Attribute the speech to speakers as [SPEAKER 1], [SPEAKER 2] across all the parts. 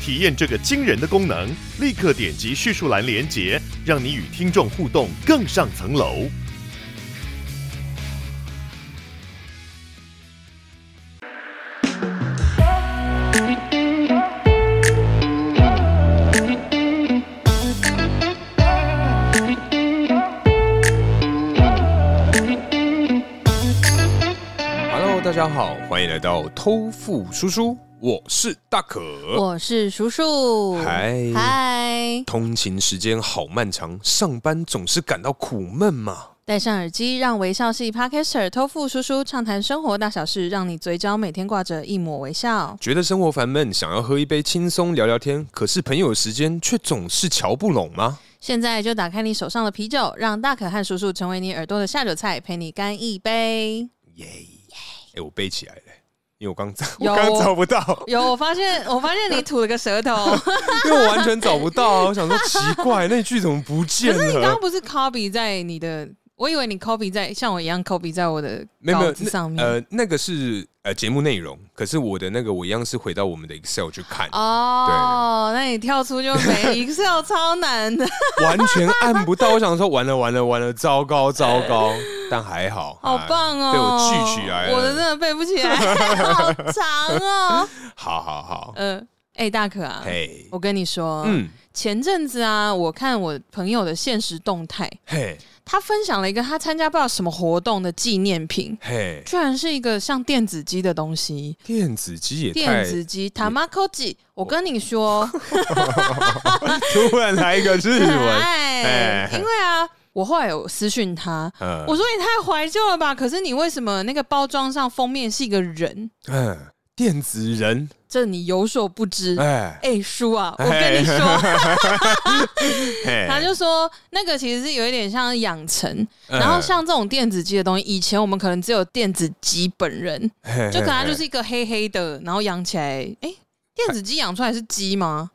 [SPEAKER 1] 体验这个惊人的功能，立刻点击叙述栏连接，让你与听众互动更上层楼。
[SPEAKER 2] Hello，大家好，欢迎来到偷富叔叔，我是大可。
[SPEAKER 3] 我是叔叔。
[SPEAKER 2] 呃嗨
[SPEAKER 3] 嗨，
[SPEAKER 2] 通勤时间好漫长，上班总是感到苦闷嘛。
[SPEAKER 3] 戴上耳机，让微笑系 Podcaster 偷富叔叔畅谈生活大小事，让你嘴角每天挂着一抹微笑。
[SPEAKER 2] 觉得生活烦闷，想要喝一杯轻松聊聊天，可是朋友的时间却总是瞧不拢吗？
[SPEAKER 3] 现在就打开你手上的啤酒，让大可和叔叔成为你耳朵的下酒菜，陪你干一杯。
[SPEAKER 2] 耶！哎，我背起来了，因为我刚找，
[SPEAKER 3] 有
[SPEAKER 2] 我刚找不 到，
[SPEAKER 3] 有， 我发现，我发现你吐了个舌头。
[SPEAKER 2] 因为我完全找不到啊。我想说奇怪，那句怎么不见
[SPEAKER 3] 可是你刚刚
[SPEAKER 2] 了？
[SPEAKER 3] 不是 copy 在你的，我以为你 copy 在像我一样 copy 在我的
[SPEAKER 2] 没有没
[SPEAKER 3] 稿
[SPEAKER 2] 有
[SPEAKER 3] 子上
[SPEAKER 2] 那
[SPEAKER 3] 面。
[SPEAKER 2] 呃，那个是呃节目内容，可是我的那个我一样是回到我们的 Excel 去看，
[SPEAKER 3] 哦，那你跳出就 没 Excel 超难的，
[SPEAKER 2] 完全按不到。我想说，完了完了完了，糟糕糟糕，但还好，
[SPEAKER 3] 好
[SPEAKER 2] 哎
[SPEAKER 3] 棒哦！
[SPEAKER 2] 被我记起来了。
[SPEAKER 3] 我的真的背不起 来，好长哦。
[SPEAKER 2] 好好好，
[SPEAKER 3] 嗯、哎、大可啊，
[SPEAKER 2] 嘿，
[SPEAKER 3] 我跟你说，
[SPEAKER 2] 嗯，
[SPEAKER 3] 前阵子啊，我看我朋友的现实动态，
[SPEAKER 2] 嘿
[SPEAKER 3] 他分享了一个他参加不知道什么活动的纪念品，
[SPEAKER 2] 嘿，
[SPEAKER 3] 居然是一个像电子机的东西。
[SPEAKER 2] 电子机也
[SPEAKER 3] 电
[SPEAKER 2] 太
[SPEAKER 3] 子机 Tamakoji，我跟 你说，
[SPEAKER 2] 突然来一个日文，
[SPEAKER 3] 哎，因为啊，我后来有私讯他，
[SPEAKER 2] 嗯
[SPEAKER 3] 我说你太怀旧了吧？可是你为什么那个包装上封面是一个人？
[SPEAKER 2] 嗯，电子人，
[SPEAKER 3] 这你有所不知。
[SPEAKER 2] 哎
[SPEAKER 3] 哎、叔啊，我跟 你说，他
[SPEAKER 2] 嘿，
[SPEAKER 3] 就说那个其实是有一点像养成，
[SPEAKER 2] 嗯
[SPEAKER 3] 然后像这种电子机的东西，以前我们可能只有电子机本人，
[SPEAKER 2] 嘿
[SPEAKER 3] 就可能它就
[SPEAKER 2] 嘿
[SPEAKER 3] 是一个黑黑的，然后养起来，哎、电子机养出来是鸡吗？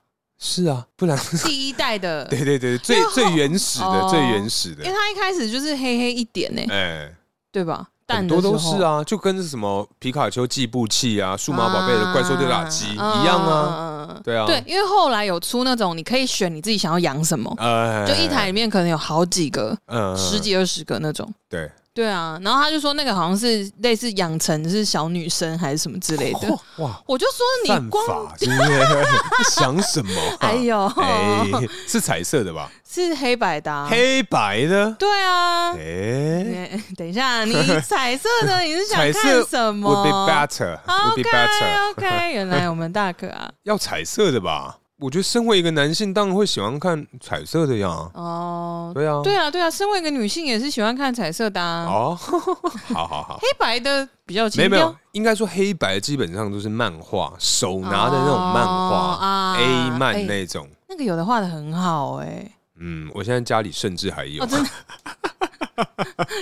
[SPEAKER 2] 是啊，不然
[SPEAKER 3] 第一代的，
[SPEAKER 2] 对对对，最
[SPEAKER 3] 因为后
[SPEAKER 2] 最原始的
[SPEAKER 3] 哦
[SPEAKER 2] 最原始
[SPEAKER 3] 因为
[SPEAKER 2] 的，
[SPEAKER 3] 它一开始就是黑黑一点呢、欸
[SPEAKER 2] 哎。
[SPEAKER 3] 对吧？
[SPEAKER 2] 很
[SPEAKER 3] 蛋的
[SPEAKER 2] 多
[SPEAKER 3] 时候
[SPEAKER 2] 都是，啊，就跟什么皮卡丘计步器啊、数码宝贝的怪兽对打机一样啊，
[SPEAKER 3] 啊。嗯嗯嗯
[SPEAKER 2] 对啊，
[SPEAKER 3] 对，因为后来有出那种你可以选你自己想要养什么，
[SPEAKER 2] 呃
[SPEAKER 3] 就一台里面可能有好几个，
[SPEAKER 2] 嗯
[SPEAKER 3] 十几二十个那种。
[SPEAKER 2] 对，
[SPEAKER 3] 对啊，然后他就说那个好像是类似养成是小女生还是什么之类的，
[SPEAKER 2] 哇，
[SPEAKER 3] 我就说
[SPEAKER 2] 哦犯
[SPEAKER 3] 你光
[SPEAKER 2] 法是不 是？想什么啊？
[SPEAKER 3] 哎呦
[SPEAKER 2] 哎，是彩色的吧？
[SPEAKER 3] 是黑白的、啊，
[SPEAKER 2] 黑白的，
[SPEAKER 3] 对啊。
[SPEAKER 2] 哎，
[SPEAKER 3] 哎等一下， 你彩色的你是想
[SPEAKER 2] 彩色
[SPEAKER 3] 看什么
[SPEAKER 2] would be better would be better，
[SPEAKER 3] OK OK，原来我们大哥啊，
[SPEAKER 2] 要彩色的吧？我觉得身为一个男性，当然会喜欢看彩色的呀。
[SPEAKER 3] 哦，
[SPEAKER 2] 对啊，
[SPEAKER 3] 对啊对啊，身为一个女性也是喜欢看彩色的啊，
[SPEAKER 2] 哦， 好好好。
[SPEAKER 3] 黑白的比较
[SPEAKER 2] 没
[SPEAKER 3] 轻
[SPEAKER 2] 有没有
[SPEAKER 3] 标，，
[SPEAKER 2] 应该说黑白基本上都是漫画，手拿的那种漫
[SPEAKER 3] 哦
[SPEAKER 2] 画、
[SPEAKER 3] 啊
[SPEAKER 2] A
[SPEAKER 3] 哎
[SPEAKER 2] 漫那种。
[SPEAKER 3] 那个有的画的很好哎、
[SPEAKER 2] 嗯，我现在家里甚至还有
[SPEAKER 3] 哦，，真的。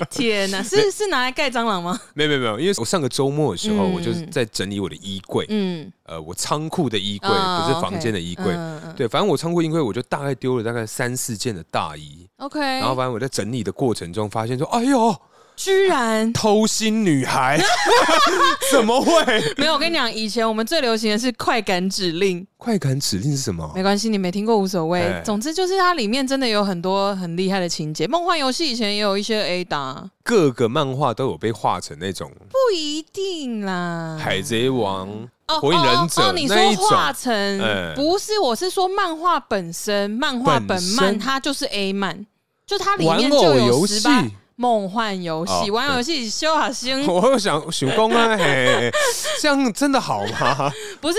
[SPEAKER 3] 天哪，是是拿来盖蟑螂吗？
[SPEAKER 2] 没有没有没有，因为我上个周末的时候，
[SPEAKER 3] 嗯
[SPEAKER 2] 我就是在整理我的衣柜，
[SPEAKER 3] 嗯，
[SPEAKER 2] 呃，我仓库的衣柜，
[SPEAKER 3] 哦
[SPEAKER 2] 不是房间的衣柜。
[SPEAKER 3] OK，嗯嗯
[SPEAKER 2] 对，反正我仓库衣柜，我就大概丢了大概三四件的大衣，
[SPEAKER 3] ，OK，
[SPEAKER 2] 然后反正我在整理的过程中发现说，哎呦，
[SPEAKER 3] 居然
[SPEAKER 2] 偷心女孩， 怎么会？
[SPEAKER 3] 没有。我跟你讲，以前我们最流行的是快感指令，
[SPEAKER 2] 快感指令是什么？
[SPEAKER 3] 没关系，你没听过无所谓
[SPEAKER 2] 哎。
[SPEAKER 3] 总之就是它里面真的有很多很厉害的情节。梦幻游戏以前也有一些 A 打，
[SPEAKER 2] 各个漫画都有被画成那种
[SPEAKER 3] 不一定啦。
[SPEAKER 2] 海贼王、
[SPEAKER 3] 哦
[SPEAKER 2] 火影忍者
[SPEAKER 3] 哦哦哦你
[SPEAKER 2] 那一
[SPEAKER 3] 说
[SPEAKER 2] 种。
[SPEAKER 3] 画成
[SPEAKER 2] 哎
[SPEAKER 3] 不是？我是说漫画本身，漫画
[SPEAKER 2] 本
[SPEAKER 3] 本
[SPEAKER 2] 身
[SPEAKER 3] 漫它就是 A 漫，就它里
[SPEAKER 2] 玩
[SPEAKER 3] 面
[SPEAKER 2] 偶
[SPEAKER 3] 就
[SPEAKER 2] 游
[SPEAKER 3] 有
[SPEAKER 2] 戏
[SPEAKER 3] 十八梦幻游
[SPEAKER 2] 哦
[SPEAKER 3] 戏，玩偶游戏修好星
[SPEAKER 2] 我又想熊公啊，嘿，这样真的好 吗？
[SPEAKER 3] 不是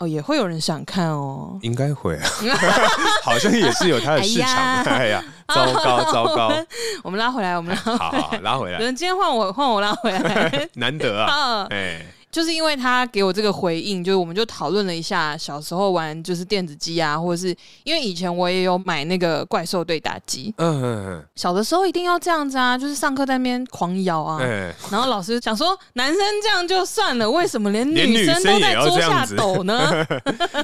[SPEAKER 3] 哦，也会有人想看哦。
[SPEAKER 2] 应该会啊，好像也是有它的市场。哎
[SPEAKER 3] 哎
[SPEAKER 2] 呀， 糟 糕糟
[SPEAKER 3] 我
[SPEAKER 2] 糕
[SPEAKER 3] 们！我们拉回来，我们拉，
[SPEAKER 2] 好好好拉回来，
[SPEAKER 3] 人今天换我换我拉回来。
[SPEAKER 2] 难得啊！
[SPEAKER 3] 啊，
[SPEAKER 2] 哎，
[SPEAKER 3] 就是因为他给我这个回应，就是我们就讨论了一下小时候玩就是电子机啊，或者是因为以前我也有买那个怪兽对打机，
[SPEAKER 2] 嗯嗯
[SPEAKER 3] 小的时候一定要这样子啊，就是上课在那边狂摇啊，
[SPEAKER 2] 嗯，哎，
[SPEAKER 3] 然后老师想说男生这样就算了，为什么连
[SPEAKER 2] 连女
[SPEAKER 3] 生
[SPEAKER 2] 生
[SPEAKER 3] 都
[SPEAKER 2] 也
[SPEAKER 3] 在
[SPEAKER 2] 要
[SPEAKER 3] 桌
[SPEAKER 2] 这样
[SPEAKER 3] 下
[SPEAKER 2] 子
[SPEAKER 3] 抖 呢？？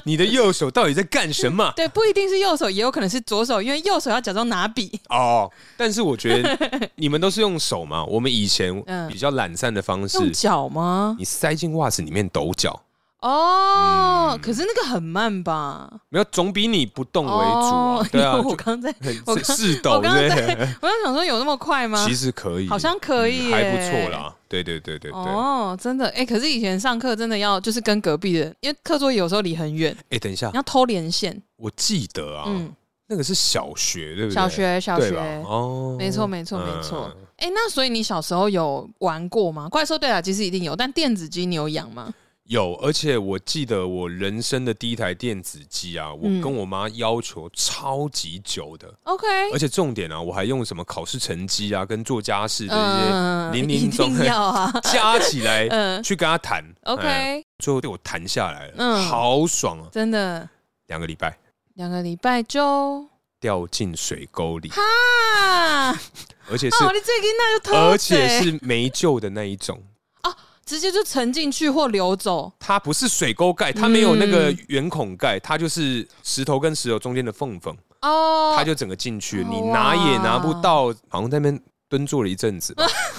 [SPEAKER 2] 你的右手到底在干什么
[SPEAKER 3] 对，不一定是右手，也有可能是左手，因为右手要假装拿笔。
[SPEAKER 2] 哦，但是我觉得你们都是用手 嘛，我们以前
[SPEAKER 3] 嗯
[SPEAKER 2] 比较懒散的方式，
[SPEAKER 3] 用脚吗？
[SPEAKER 2] 你塞进袜子里面抖脚，
[SPEAKER 3] 哦，可是那个很慢吧？
[SPEAKER 2] 没有总比你不动为主
[SPEAKER 3] 哦
[SPEAKER 2] 啊，对 啊，
[SPEAKER 3] 因为我
[SPEAKER 2] 就
[SPEAKER 3] 刚在，我
[SPEAKER 2] 很
[SPEAKER 3] 刚
[SPEAKER 2] 试
[SPEAKER 3] 我
[SPEAKER 2] 抖
[SPEAKER 3] 刚刚
[SPEAKER 2] 对不
[SPEAKER 3] 在
[SPEAKER 2] 对，
[SPEAKER 3] 我刚想说有那么快吗？
[SPEAKER 2] 其实可以，
[SPEAKER 3] 好像可以
[SPEAKER 2] 嗯还不
[SPEAKER 3] 耶
[SPEAKER 2] 错啦，对对对对对，哎，
[SPEAKER 3] 哦，真的哎、可是以前上课真的要就是跟隔壁的，因为课桌椅有时候离很远，
[SPEAKER 2] 哎等一下
[SPEAKER 3] 你，要偷连线。
[SPEAKER 2] 我记得啊，
[SPEAKER 3] 嗯，
[SPEAKER 2] 那个是小学对不对？
[SPEAKER 3] 小学小
[SPEAKER 2] 对
[SPEAKER 3] 学
[SPEAKER 2] 吧，？哦，
[SPEAKER 3] 没错没错没错
[SPEAKER 2] 嗯。
[SPEAKER 3] 哎、那所以你小时候有玩过吗？怪兽对啊打其实一定有，但电子机你有养吗？
[SPEAKER 2] 有，而且我记得我人生的第一台电子机啊，我
[SPEAKER 3] 嗯
[SPEAKER 2] 跟我妈要求超级久的，
[SPEAKER 3] OK，
[SPEAKER 2] 而且重点啊，我还用什么考试成绩啊，跟做家事这些
[SPEAKER 3] 嗯，
[SPEAKER 2] 零
[SPEAKER 3] 一
[SPEAKER 2] 零总
[SPEAKER 3] 定要 啊，
[SPEAKER 2] 加起 来
[SPEAKER 3] 嗯
[SPEAKER 2] 去跟她谈。哎
[SPEAKER 3] ，OK，
[SPEAKER 2] 最后被我谈下来了，
[SPEAKER 3] 嗯
[SPEAKER 2] 好爽啊！
[SPEAKER 3] 真的
[SPEAKER 2] 两个礼拜
[SPEAKER 3] 两个礼拜就
[SPEAKER 2] 掉进水沟里，
[SPEAKER 3] 啊，
[SPEAKER 2] 而且是
[SPEAKER 3] 哦，你最近那就偷
[SPEAKER 2] 而且
[SPEAKER 3] 贼
[SPEAKER 2] 是没救的那一种。
[SPEAKER 3] 直接就沉进去或流走。
[SPEAKER 2] 它不是水沟盖，它没有那个
[SPEAKER 3] 嗯
[SPEAKER 2] 圆孔盖，它就是石头跟石头中间的缝缝，
[SPEAKER 3] 哦，
[SPEAKER 2] 它就整个进去，
[SPEAKER 3] 哦
[SPEAKER 2] 你拿也拿不到，好像在那边蹲坐了一阵子吧。
[SPEAKER 3] 啊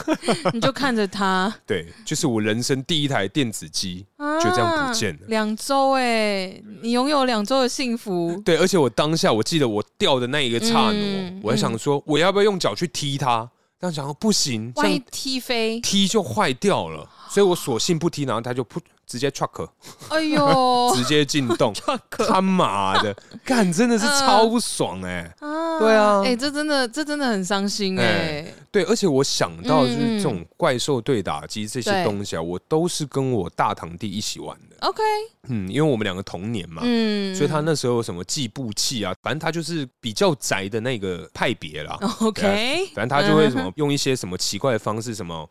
[SPEAKER 3] 你就看着他，
[SPEAKER 2] 对，就是我人生第一台电子机，
[SPEAKER 3] 啊
[SPEAKER 2] 就这样不见了
[SPEAKER 3] 两周哎，你拥有两周的幸福。
[SPEAKER 2] 对，而且我当下我记得我掉的那一个刹那，
[SPEAKER 3] 嗯
[SPEAKER 2] 我还想说我要不要用脚去踢它，但想说不行，这
[SPEAKER 3] 万一
[SPEAKER 2] 样
[SPEAKER 3] 踢飞，
[SPEAKER 2] 踢就坏掉了，所以我索性不踢，然后它就噗直接 truck
[SPEAKER 3] 哎呦
[SPEAKER 2] 直接进 洞，他妈的，干真的是
[SPEAKER 3] 嗯
[SPEAKER 2] 超不爽哎、
[SPEAKER 3] 啊
[SPEAKER 2] 对啊
[SPEAKER 3] 哎，这真的这真的很伤心哎
[SPEAKER 2] 哎。对，而且我想到就
[SPEAKER 3] 嗯嗯
[SPEAKER 2] 是这种怪兽对打机这些东西啊，我都是跟我大堂弟一起玩的。
[SPEAKER 3] OK，
[SPEAKER 2] 嗯，因为我们两个同年嘛，
[SPEAKER 3] 嗯，
[SPEAKER 2] 所以他那时候有什么计步器啊，反正他就是比较宅的那个派别啦。
[SPEAKER 3] 哦 OK，
[SPEAKER 2] 反正他就会什
[SPEAKER 3] 嗯
[SPEAKER 2] 么用一些什么奇怪的方式，什么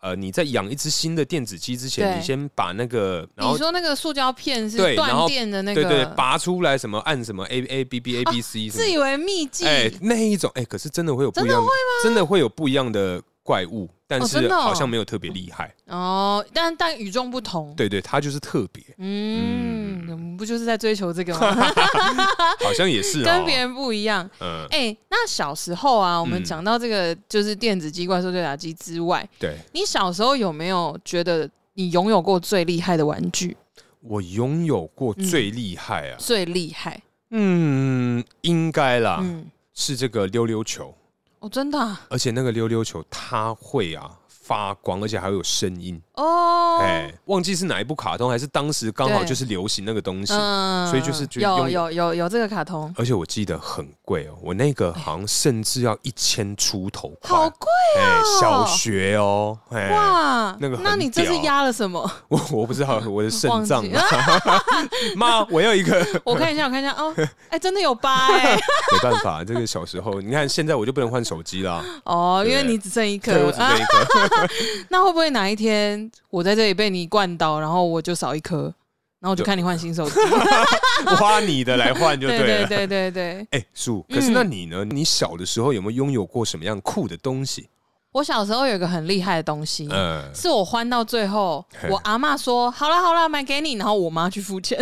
[SPEAKER 2] 呃，你在养一只新的电子鸡之前，
[SPEAKER 3] 对
[SPEAKER 2] 你先把那个然
[SPEAKER 3] 你
[SPEAKER 2] 后。
[SPEAKER 3] 说那个塑胶片是
[SPEAKER 2] 对然
[SPEAKER 3] 断
[SPEAKER 2] 后
[SPEAKER 3] 电的那
[SPEAKER 2] 对
[SPEAKER 3] 个，哦
[SPEAKER 2] 对，拔出来什么按什么 A A B B A B C 什么
[SPEAKER 3] 自以为秘技，
[SPEAKER 2] 哎、那一种哎、可是真的会有不一样的，真的会有不一样的怪物，但
[SPEAKER 3] 真
[SPEAKER 2] 是
[SPEAKER 3] 的哦
[SPEAKER 2] 好像没有特别厉害。
[SPEAKER 3] 哦，但但与众不同。
[SPEAKER 2] 对对，它就是特别，
[SPEAKER 3] 啊嗯，我们不就是在追求这个 吗？
[SPEAKER 2] 好像也是、哦、
[SPEAKER 3] 跟别人不一样。
[SPEAKER 2] 嗯，
[SPEAKER 3] 哎、那小时候啊，我们
[SPEAKER 2] 嗯
[SPEAKER 3] 讲到这个就是电子机、怪兽对打机之外，
[SPEAKER 2] 对
[SPEAKER 3] 你小时候有没有觉得你拥有过最厉害的玩具？
[SPEAKER 2] 我拥有过
[SPEAKER 3] 嗯
[SPEAKER 2] 最厉害啊，
[SPEAKER 3] 最厉害？
[SPEAKER 2] 嗯，应该啦，
[SPEAKER 3] 嗯，
[SPEAKER 2] 是这个溜溜球，
[SPEAKER 3] 哦，真的啊、
[SPEAKER 2] 而且那个溜溜球它会啊发光，而且还会有声音，
[SPEAKER 3] 哦，
[SPEAKER 2] 哎、忘记是哪一部卡通，还是当时刚好
[SPEAKER 3] 对
[SPEAKER 2] 就是流行那个东西，
[SPEAKER 3] 嗯
[SPEAKER 2] 所以就是就
[SPEAKER 3] 有
[SPEAKER 2] 用
[SPEAKER 3] 有有有这个卡通，
[SPEAKER 2] 而且我记得很贵哦，我那个好像甚至要一千出头块，
[SPEAKER 3] 好贵
[SPEAKER 2] 哎、
[SPEAKER 3] 哦
[SPEAKER 2] 小学哦，哎、
[SPEAKER 3] 哇！
[SPEAKER 2] 那个很
[SPEAKER 3] 那你这是
[SPEAKER 2] 屌啊
[SPEAKER 3] 压了 什么？
[SPEAKER 2] 我 我不知道我的肾
[SPEAKER 3] 忘
[SPEAKER 2] 脏
[SPEAKER 3] 记
[SPEAKER 2] 嘛， 妈，我要一个，
[SPEAKER 3] 我看一下，我看一下，哦，哎、真的有疤 哎、
[SPEAKER 2] 没办法，这个小时候，你看现在我就不能换手机啦，
[SPEAKER 3] 哦，因为
[SPEAKER 2] 对
[SPEAKER 3] 你只剩一
[SPEAKER 2] 对，
[SPEAKER 3] 颗啊
[SPEAKER 2] 我只这一颗，
[SPEAKER 3] 那会不会哪一天我在这里被你灌倒，然后我就少一颗，然后我就看你换新手 机？
[SPEAKER 2] 我花你的来换就
[SPEAKER 3] 对
[SPEAKER 2] 对啊
[SPEAKER 3] 对嗯
[SPEAKER 2] 了。
[SPEAKER 3] 对对对，
[SPEAKER 2] 哎，叔，可是那你呢？你小的时候有没有拥有过什么样酷的东西？
[SPEAKER 3] 我小时候有一个很厉害的东西。
[SPEAKER 2] 嗯，
[SPEAKER 3] 是我欢到最后，
[SPEAKER 2] 嘿
[SPEAKER 3] 我阿嬷说：“好啦好啦，买给你。”然后我妈去 付钱。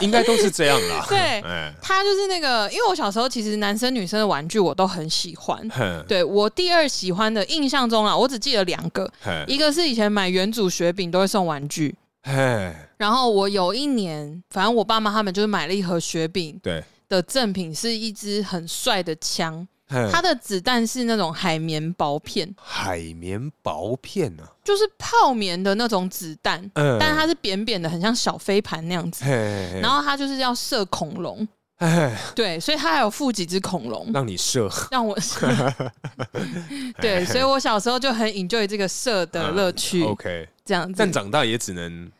[SPEAKER 2] 应该都是这样啦。
[SPEAKER 3] 对
[SPEAKER 2] 哎，
[SPEAKER 3] 她就是那个，因为我小时候其实男生女生的玩具我都很喜欢。
[SPEAKER 2] 哼
[SPEAKER 3] 对我第二喜欢的印象中啊，我只记得两个，
[SPEAKER 2] 哼
[SPEAKER 3] 一个是以前买原祖雪饼都会送玩具，
[SPEAKER 2] 哎，
[SPEAKER 3] 然后我有一年，反正我爸妈他们就是买了一盒雪饼
[SPEAKER 2] 对，
[SPEAKER 3] 的赠品，是一支很帅的枪，
[SPEAKER 2] 它
[SPEAKER 3] 它的子弹是那种海绵薄片，
[SPEAKER 2] 海绵薄片啊，
[SPEAKER 3] 就是泡棉的那种子弹，
[SPEAKER 2] 嗯
[SPEAKER 3] 但它是扁扁的，很像小飞盘那样子。
[SPEAKER 2] 嘿，
[SPEAKER 3] 然后它就是要射恐龙，
[SPEAKER 2] 哎，
[SPEAKER 3] 对，所以它还有附几只恐龙
[SPEAKER 2] 让你射，
[SPEAKER 3] 让 我 射。对，所以我小时 候嗯就很 enjoy 这个射的乐趣，
[SPEAKER 2] OK，
[SPEAKER 3] 这样子
[SPEAKER 2] 但。长大也只能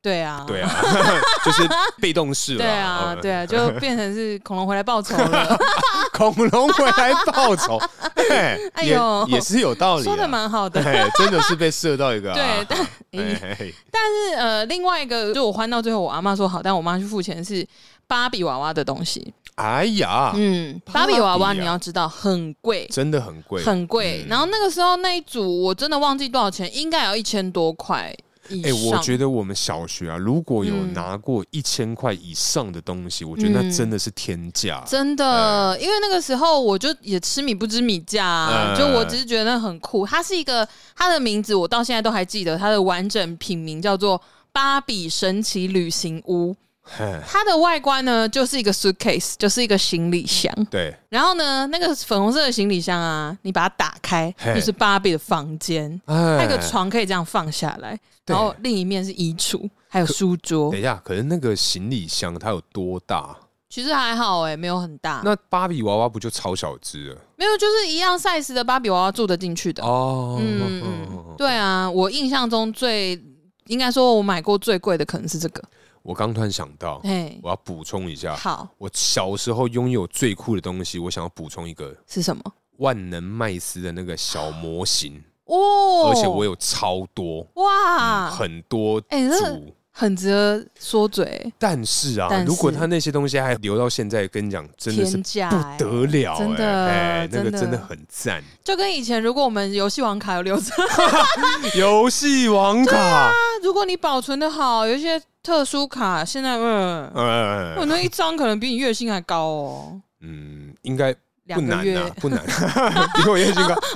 [SPEAKER 3] 对啊，
[SPEAKER 2] 对啊， 就是被动式了。
[SPEAKER 3] 对啊，
[SPEAKER 2] 嗯
[SPEAKER 3] 对啊，就变成是恐龙回来报仇了，
[SPEAKER 2] 恐龙回来报仇，嘿
[SPEAKER 3] 哎
[SPEAKER 2] 也
[SPEAKER 3] 呦
[SPEAKER 2] 也是有道理啊，
[SPEAKER 3] 说的蛮好 的。
[SPEAKER 2] 嘿，真的是被射到一个、啊。
[SPEAKER 3] 对，但
[SPEAKER 2] 嘿，嘿嘿
[SPEAKER 3] 但是呃，另外一个就我欢到最后，我阿妈说好，但我妈去付钱是芭比娃娃的东西。
[SPEAKER 2] 哎呀，
[SPEAKER 3] 嗯，
[SPEAKER 2] 芭
[SPEAKER 3] 芭
[SPEAKER 2] 比
[SPEAKER 3] 比娃
[SPEAKER 2] 啊嗯
[SPEAKER 3] 娃你要知道很贵，
[SPEAKER 2] 真的很贵。
[SPEAKER 3] 很贵。然后那个时候那一组我真的忘记多少钱，应该要一千多块以
[SPEAKER 2] 哎、
[SPEAKER 3] 上。
[SPEAKER 2] 我觉得我们小学啊，如果有
[SPEAKER 3] 嗯
[SPEAKER 2] 拿过一千块以上的东西，我觉得那
[SPEAKER 3] 嗯
[SPEAKER 2] 真的是天价。
[SPEAKER 3] 真的，因为那个时候我就也吃米不知米价、啊，
[SPEAKER 2] 嗯
[SPEAKER 3] 就我只是觉得很酷。它是一个，它的名字我到现在都还记得，它的完整品名叫做《芭比神奇旅行屋》。
[SPEAKER 2] 嘿，
[SPEAKER 3] 它的外观呢，就是一个 suitcase，就是一个行李箱。
[SPEAKER 2] 对，
[SPEAKER 3] 然后呢，那个粉红色的行李箱啊，你把它打开，
[SPEAKER 2] 嘿
[SPEAKER 3] 就是芭比的房间，
[SPEAKER 2] 哎
[SPEAKER 3] 那个。床可以这样放下来，
[SPEAKER 2] 对
[SPEAKER 3] 然后另一面是衣橱，还有书桌
[SPEAKER 2] 等。一下，可是那个行李箱它有多大？
[SPEAKER 3] 其实还好哎、没有很大。
[SPEAKER 2] 那芭比娃娃不就超小只了？
[SPEAKER 3] 没有，就是一样 size 的芭比娃娃住得进去的。
[SPEAKER 2] 哦，
[SPEAKER 3] 嗯
[SPEAKER 2] 嗯
[SPEAKER 3] 嗯，嗯，对啊，我印象中最应该说我买过最贵的可能是这个。
[SPEAKER 2] 我刚突然想到，
[SPEAKER 3] 哎，
[SPEAKER 2] 我要补充一下，
[SPEAKER 3] 好
[SPEAKER 2] 我小时候拥有最酷的东西，我想要补充一个
[SPEAKER 3] 是什么？
[SPEAKER 2] 万能麦斯的那个小模型，
[SPEAKER 3] 哦，
[SPEAKER 2] 而且我有超多，
[SPEAKER 3] 哇，
[SPEAKER 2] 很多
[SPEAKER 3] 哎这
[SPEAKER 2] 组。
[SPEAKER 3] 很值得说嘴，
[SPEAKER 2] 但是啊，
[SPEAKER 3] 但是
[SPEAKER 2] 如果他那些东西还留到现在，跟你讲真的是
[SPEAKER 3] 天价
[SPEAKER 2] 不
[SPEAKER 3] 哎
[SPEAKER 2] 得了、哎
[SPEAKER 3] 真的
[SPEAKER 2] 哎那个
[SPEAKER 3] 真的
[SPEAKER 2] 真的很赞。
[SPEAKER 3] 就跟以前如果我们游戏王卡有留着，
[SPEAKER 2] 游戏王卡，
[SPEAKER 3] 那如果你保存的好，有一些特殊卡现在嗯，我
[SPEAKER 2] 嗯
[SPEAKER 3] 那一张可能比你月薪还高哦，
[SPEAKER 2] 嗯，应该不
[SPEAKER 3] 两个
[SPEAKER 2] 难
[SPEAKER 3] 月。
[SPEAKER 2] 啊，不难。 比我月薪高。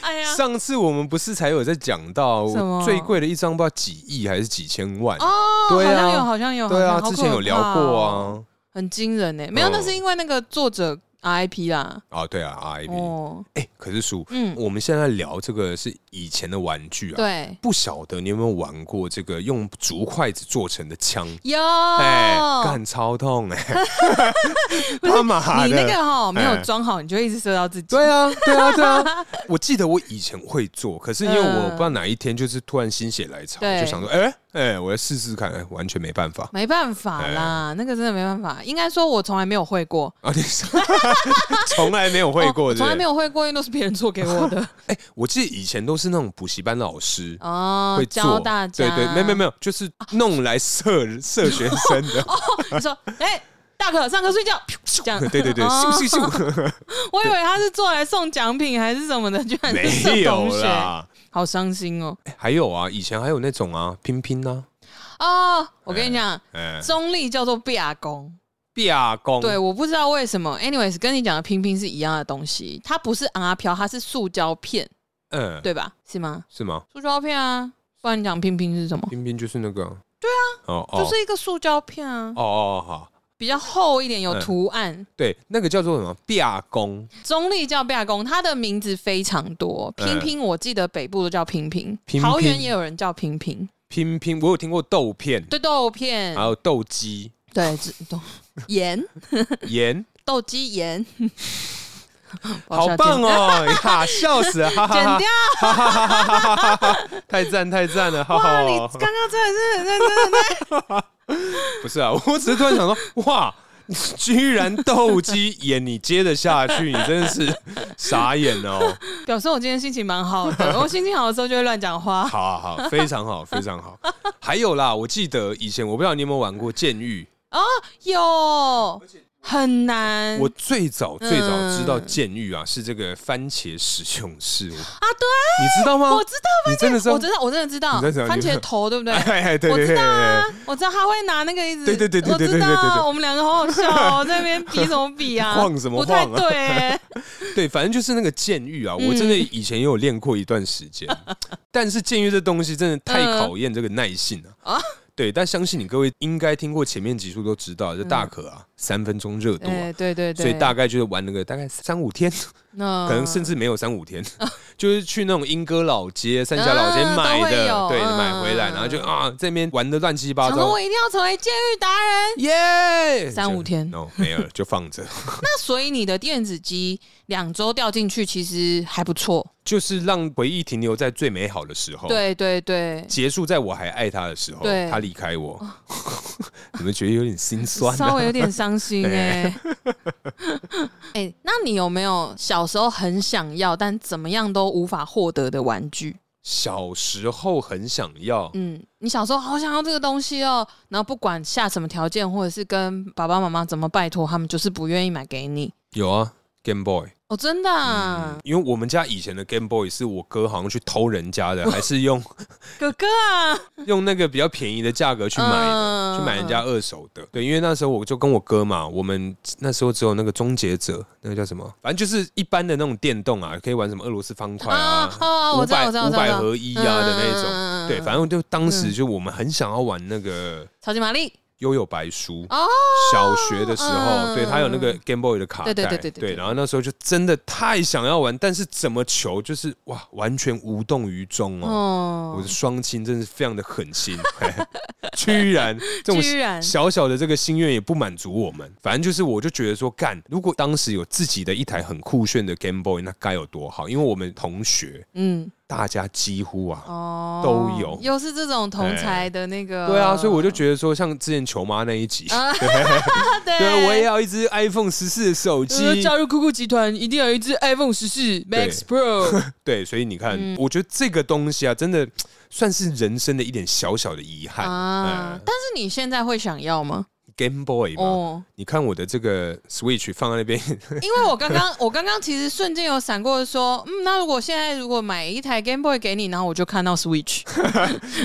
[SPEAKER 3] 哎呀，
[SPEAKER 2] 上次我们不啊是才有在讲到
[SPEAKER 3] 什么
[SPEAKER 2] 最贵的一张，不知道几亿还是几千万？
[SPEAKER 3] 哦，好
[SPEAKER 2] 对啊
[SPEAKER 3] 像有，好像有，
[SPEAKER 2] 对
[SPEAKER 3] 好哦
[SPEAKER 2] 啊，
[SPEAKER 3] 像
[SPEAKER 2] 之前有聊过，啊。
[SPEAKER 3] 好可怕哦很惊人呢。没有，
[SPEAKER 2] 嗯
[SPEAKER 3] 那是因为那个作者 RIP 啦。
[SPEAKER 2] 啊，对啊，RIP。
[SPEAKER 3] 哦，
[SPEAKER 2] 哎，可是叔，
[SPEAKER 3] 嗯，
[SPEAKER 2] 我们现在聊这个是以前的玩具啊。
[SPEAKER 3] 对，
[SPEAKER 2] 不晓得你有没有玩过这个用竹筷子做成的枪？
[SPEAKER 3] 有，
[SPEAKER 2] 哎，干超痛哎！ 他妈
[SPEAKER 3] 你那
[SPEAKER 2] 的！
[SPEAKER 3] 个哈没有
[SPEAKER 2] 哎
[SPEAKER 3] 装好，你就一直射到自己。
[SPEAKER 2] 对啊，对啊，对 啊！我记得我以前会做，可是因为我
[SPEAKER 3] 嗯
[SPEAKER 2] 不知道哪一天就是突然心血来潮，
[SPEAKER 3] 对
[SPEAKER 2] 就想说，哎哎，我要试试看，哎，完全没办 法
[SPEAKER 3] 没办法
[SPEAKER 2] 哎
[SPEAKER 3] 啦，那个真的没办法。应该说，我从来没有会过，
[SPEAKER 2] 啊！你是 从来没有会
[SPEAKER 3] 哦
[SPEAKER 2] 过，
[SPEAKER 3] 我从来
[SPEAKER 2] 有。
[SPEAKER 3] 没有会过，因为都是别人做给 我的
[SPEAKER 2] 哎，我记得以前都是那种补习班老师
[SPEAKER 3] 哦
[SPEAKER 2] 会。做
[SPEAKER 3] 教大家，哦
[SPEAKER 2] 对对，没有没有没有，就是弄来射射学生的。
[SPEAKER 3] 有。你说，哎，大可上课睡觉，这样。
[SPEAKER 2] 对对对，
[SPEAKER 3] 哦
[SPEAKER 2] 咻咻咻，
[SPEAKER 3] 我以为他是做来送奖品还是什么的，居然是
[SPEAKER 2] 没
[SPEAKER 3] 射
[SPEAKER 2] 有
[SPEAKER 3] 同学，
[SPEAKER 2] 啦。
[SPEAKER 3] 好伤心哦。
[SPEAKER 2] 哎还有啊，以前还有那种啊，拼拼啊，
[SPEAKER 3] 哦，我跟你讲，
[SPEAKER 2] 哎，
[SPEAKER 3] 中立叫做毕阿公。
[SPEAKER 2] 壁啊弓，
[SPEAKER 3] 对，我不知道为什么。Anyways，跟你讲的拼拼是一样的东西，它不是阿飘，它是塑胶片，
[SPEAKER 2] 嗯，
[SPEAKER 3] 对吧？是吗？
[SPEAKER 2] 是吗？
[SPEAKER 3] 塑胶片啊，不然你讲拼拼是什么？
[SPEAKER 2] 拼拼就是那个，对啊，哦哦，
[SPEAKER 3] 就是一个塑胶片啊，
[SPEAKER 2] 哦哦好，
[SPEAKER 3] 比较厚一点，有
[SPEAKER 2] 嗯
[SPEAKER 3] 图案。
[SPEAKER 2] 对，那个叫做什么壁啊弓，
[SPEAKER 3] 中立叫毕阿公，它的名字非常多。
[SPEAKER 2] 嗯
[SPEAKER 3] 拼拼，我记得北部都叫拼拼，
[SPEAKER 2] 拼
[SPEAKER 3] 桃园
[SPEAKER 2] 拼
[SPEAKER 3] 也有人叫拼拼，
[SPEAKER 2] 拼拼，我有听过豆片，
[SPEAKER 3] 对豆片
[SPEAKER 2] 还，有豆鸡
[SPEAKER 3] 对只豆 盐
[SPEAKER 2] 盐，
[SPEAKER 3] 豆鸡盐，不
[SPEAKER 2] 好
[SPEAKER 3] 意思
[SPEAKER 2] 棒！哦，呀，笑 死了，哈
[SPEAKER 3] 剪
[SPEAKER 2] 哈
[SPEAKER 3] 掉！
[SPEAKER 2] 哈，太赞太赞了，哈
[SPEAKER 3] 哇，你
[SPEAKER 2] 哈，
[SPEAKER 3] 刚刚真的是很认真的在
[SPEAKER 2] 不是啊，我只是突然想说，哇。居然斗鸡眼，你接得下去，你真的是傻眼哦！
[SPEAKER 3] 表示我今天心情蛮好 的。我心情好的时候就会乱讲话。
[SPEAKER 2] 好啊好，非常 好，非常好。还有啦，我记得以前我不知道你有没有玩过监狱，
[SPEAKER 3] 有很难
[SPEAKER 2] 我最早最早知道
[SPEAKER 3] 嗯
[SPEAKER 2] 监狱啊，是这个番茄使用室我
[SPEAKER 3] 啊！对，
[SPEAKER 2] 你知道吗？
[SPEAKER 3] 我知道，
[SPEAKER 2] 你哦真的知道
[SPEAKER 3] 我？知道，我真的知道
[SPEAKER 2] 你在讲，
[SPEAKER 3] 番
[SPEAKER 2] 你
[SPEAKER 3] 茄头对不对？
[SPEAKER 2] 哎 哎，对
[SPEAKER 3] 我
[SPEAKER 2] 对
[SPEAKER 3] 知
[SPEAKER 2] 对
[SPEAKER 3] 道啊
[SPEAKER 2] 对，
[SPEAKER 3] 我知道他会拿那个一直，
[SPEAKER 2] 对对对对
[SPEAKER 3] 我
[SPEAKER 2] 对对
[SPEAKER 3] 知
[SPEAKER 2] 对对对
[SPEAKER 3] 道，我们两个好好笑哦，在那边比什么比啊？
[SPEAKER 2] 晃什么
[SPEAKER 3] 不太
[SPEAKER 2] 晃啊
[SPEAKER 3] 对 欸，
[SPEAKER 2] 对对，反正就是那个监狱
[SPEAKER 3] 嗯
[SPEAKER 2] 啊，我真的以前也有练过一段时 间，但是监狱这东西真的太考验这个耐性了啊
[SPEAKER 3] 啊。
[SPEAKER 2] 对，但相信你各位应该听过前面几处都知道，这大可啊，三分钟热度啊、
[SPEAKER 3] 哎，嗯对嗯对对，
[SPEAKER 2] 所以大概就是玩了个大概三五天，
[SPEAKER 3] 那
[SPEAKER 2] 可能甚至没有三五天， 就是去那种莺歌老街、三峡老街
[SPEAKER 3] 嗯
[SPEAKER 2] 买
[SPEAKER 3] 都会
[SPEAKER 2] 的，
[SPEAKER 3] 有
[SPEAKER 2] 对，
[SPEAKER 3] 嗯
[SPEAKER 2] 买回来，然后就啊这边玩的乱七八
[SPEAKER 3] 想说
[SPEAKER 2] 糟
[SPEAKER 3] 我，一定要成为监狱达人。
[SPEAKER 2] 耶，
[SPEAKER 3] 三五天
[SPEAKER 2] 就，no 没有了， 就放着，
[SPEAKER 3] 那所以你的电子机两周掉进去，其实还不错。
[SPEAKER 2] 就是让回忆停留在最美好的时候。。
[SPEAKER 3] 对对对，
[SPEAKER 2] 结束在我还爱他的时候
[SPEAKER 3] 对，哦
[SPEAKER 2] 他离开我， 你们觉得有点心酸、啊？
[SPEAKER 3] 稍微有点伤 心哎、
[SPEAKER 2] 哎
[SPEAKER 3] 欸。 哎、那你有没有小时候很想要，但怎么样都无法获得的玩具？
[SPEAKER 2] 小时候很想要，
[SPEAKER 3] 嗯，你小时候好想要这个东西哦，然后不管下什么条件，或者是跟爸爸妈妈怎么拜托，他们就是不愿意买给你。
[SPEAKER 2] 有啊，Game Boy，、
[SPEAKER 3] 哦，真的、啊
[SPEAKER 2] 因为我们家以前的 Game Boy 是我哥好像去偷人家 的，还是用
[SPEAKER 3] 哥哥啊，
[SPEAKER 2] 用那个比较便宜的价格去买的。
[SPEAKER 3] 嗯
[SPEAKER 2] 去买人家二手的，对，因为那时候我就跟我哥嘛，我们那时候只有那个终结者，那个叫什么，反正就是一般的那种电动啊，可以玩什么俄罗斯方块
[SPEAKER 3] 啊哦
[SPEAKER 2] 啊，
[SPEAKER 3] 我
[SPEAKER 2] 五
[SPEAKER 3] 知道
[SPEAKER 2] 百
[SPEAKER 3] 我知道我
[SPEAKER 2] 五
[SPEAKER 3] 知道嗯
[SPEAKER 2] 百合一啊的那一种，
[SPEAKER 3] 种
[SPEAKER 2] 对，反正就当时
[SPEAKER 3] 嗯
[SPEAKER 2] 就我们很想要玩那个
[SPEAKER 3] 超级玛丽
[SPEAKER 2] 悠悠白书，
[SPEAKER 3] 哦，
[SPEAKER 2] 小学的时
[SPEAKER 3] 嗯
[SPEAKER 2] 候，对他有那个 Game Boy 的卡带，
[SPEAKER 3] 对对对对对对
[SPEAKER 2] 然后那时候就真的太想要玩，但是怎么求就是哇，完全无动于衷哦。
[SPEAKER 3] 哦，
[SPEAKER 2] 我的双亲真是非常的狠心， 嘿居然这种
[SPEAKER 3] 居然
[SPEAKER 2] 小小的这个心愿也不满足我们。反正就是，我就觉得说，干，如果当时有自己的一台很酷炫的 Game Boy，那该有多好！因为我们同学
[SPEAKER 3] 嗯
[SPEAKER 2] 大家几乎啊，
[SPEAKER 3] 哦
[SPEAKER 2] 都有哎
[SPEAKER 3] 又是这种同才的那个，
[SPEAKER 2] 对啊，所以我就觉得说，像之前球妈那一集，
[SPEAKER 3] 啊对
[SPEAKER 2] 对啊我也要一只 iPhone 十四的手
[SPEAKER 3] 呃
[SPEAKER 2] 机，
[SPEAKER 3] 加入酷酷集团一定要有一只 iPhone 十四 Max Pro。
[SPEAKER 2] 对，所以你看，
[SPEAKER 3] 嗯
[SPEAKER 2] 我觉得这个东西啊，真的算是人生的一点小小的遗憾。
[SPEAKER 3] 啊
[SPEAKER 2] 哎！
[SPEAKER 3] 但是你现在会想要吗？
[SPEAKER 2] Game Boy 嘛，
[SPEAKER 3] 哦，
[SPEAKER 2] 你看我的这个 Switch 放在那边，
[SPEAKER 3] 因为我刚刚我刚刚其实瞬间有闪过说，嗯，那如果现在如果买一台 Game Boy 给你，然后我就看 到 Switch，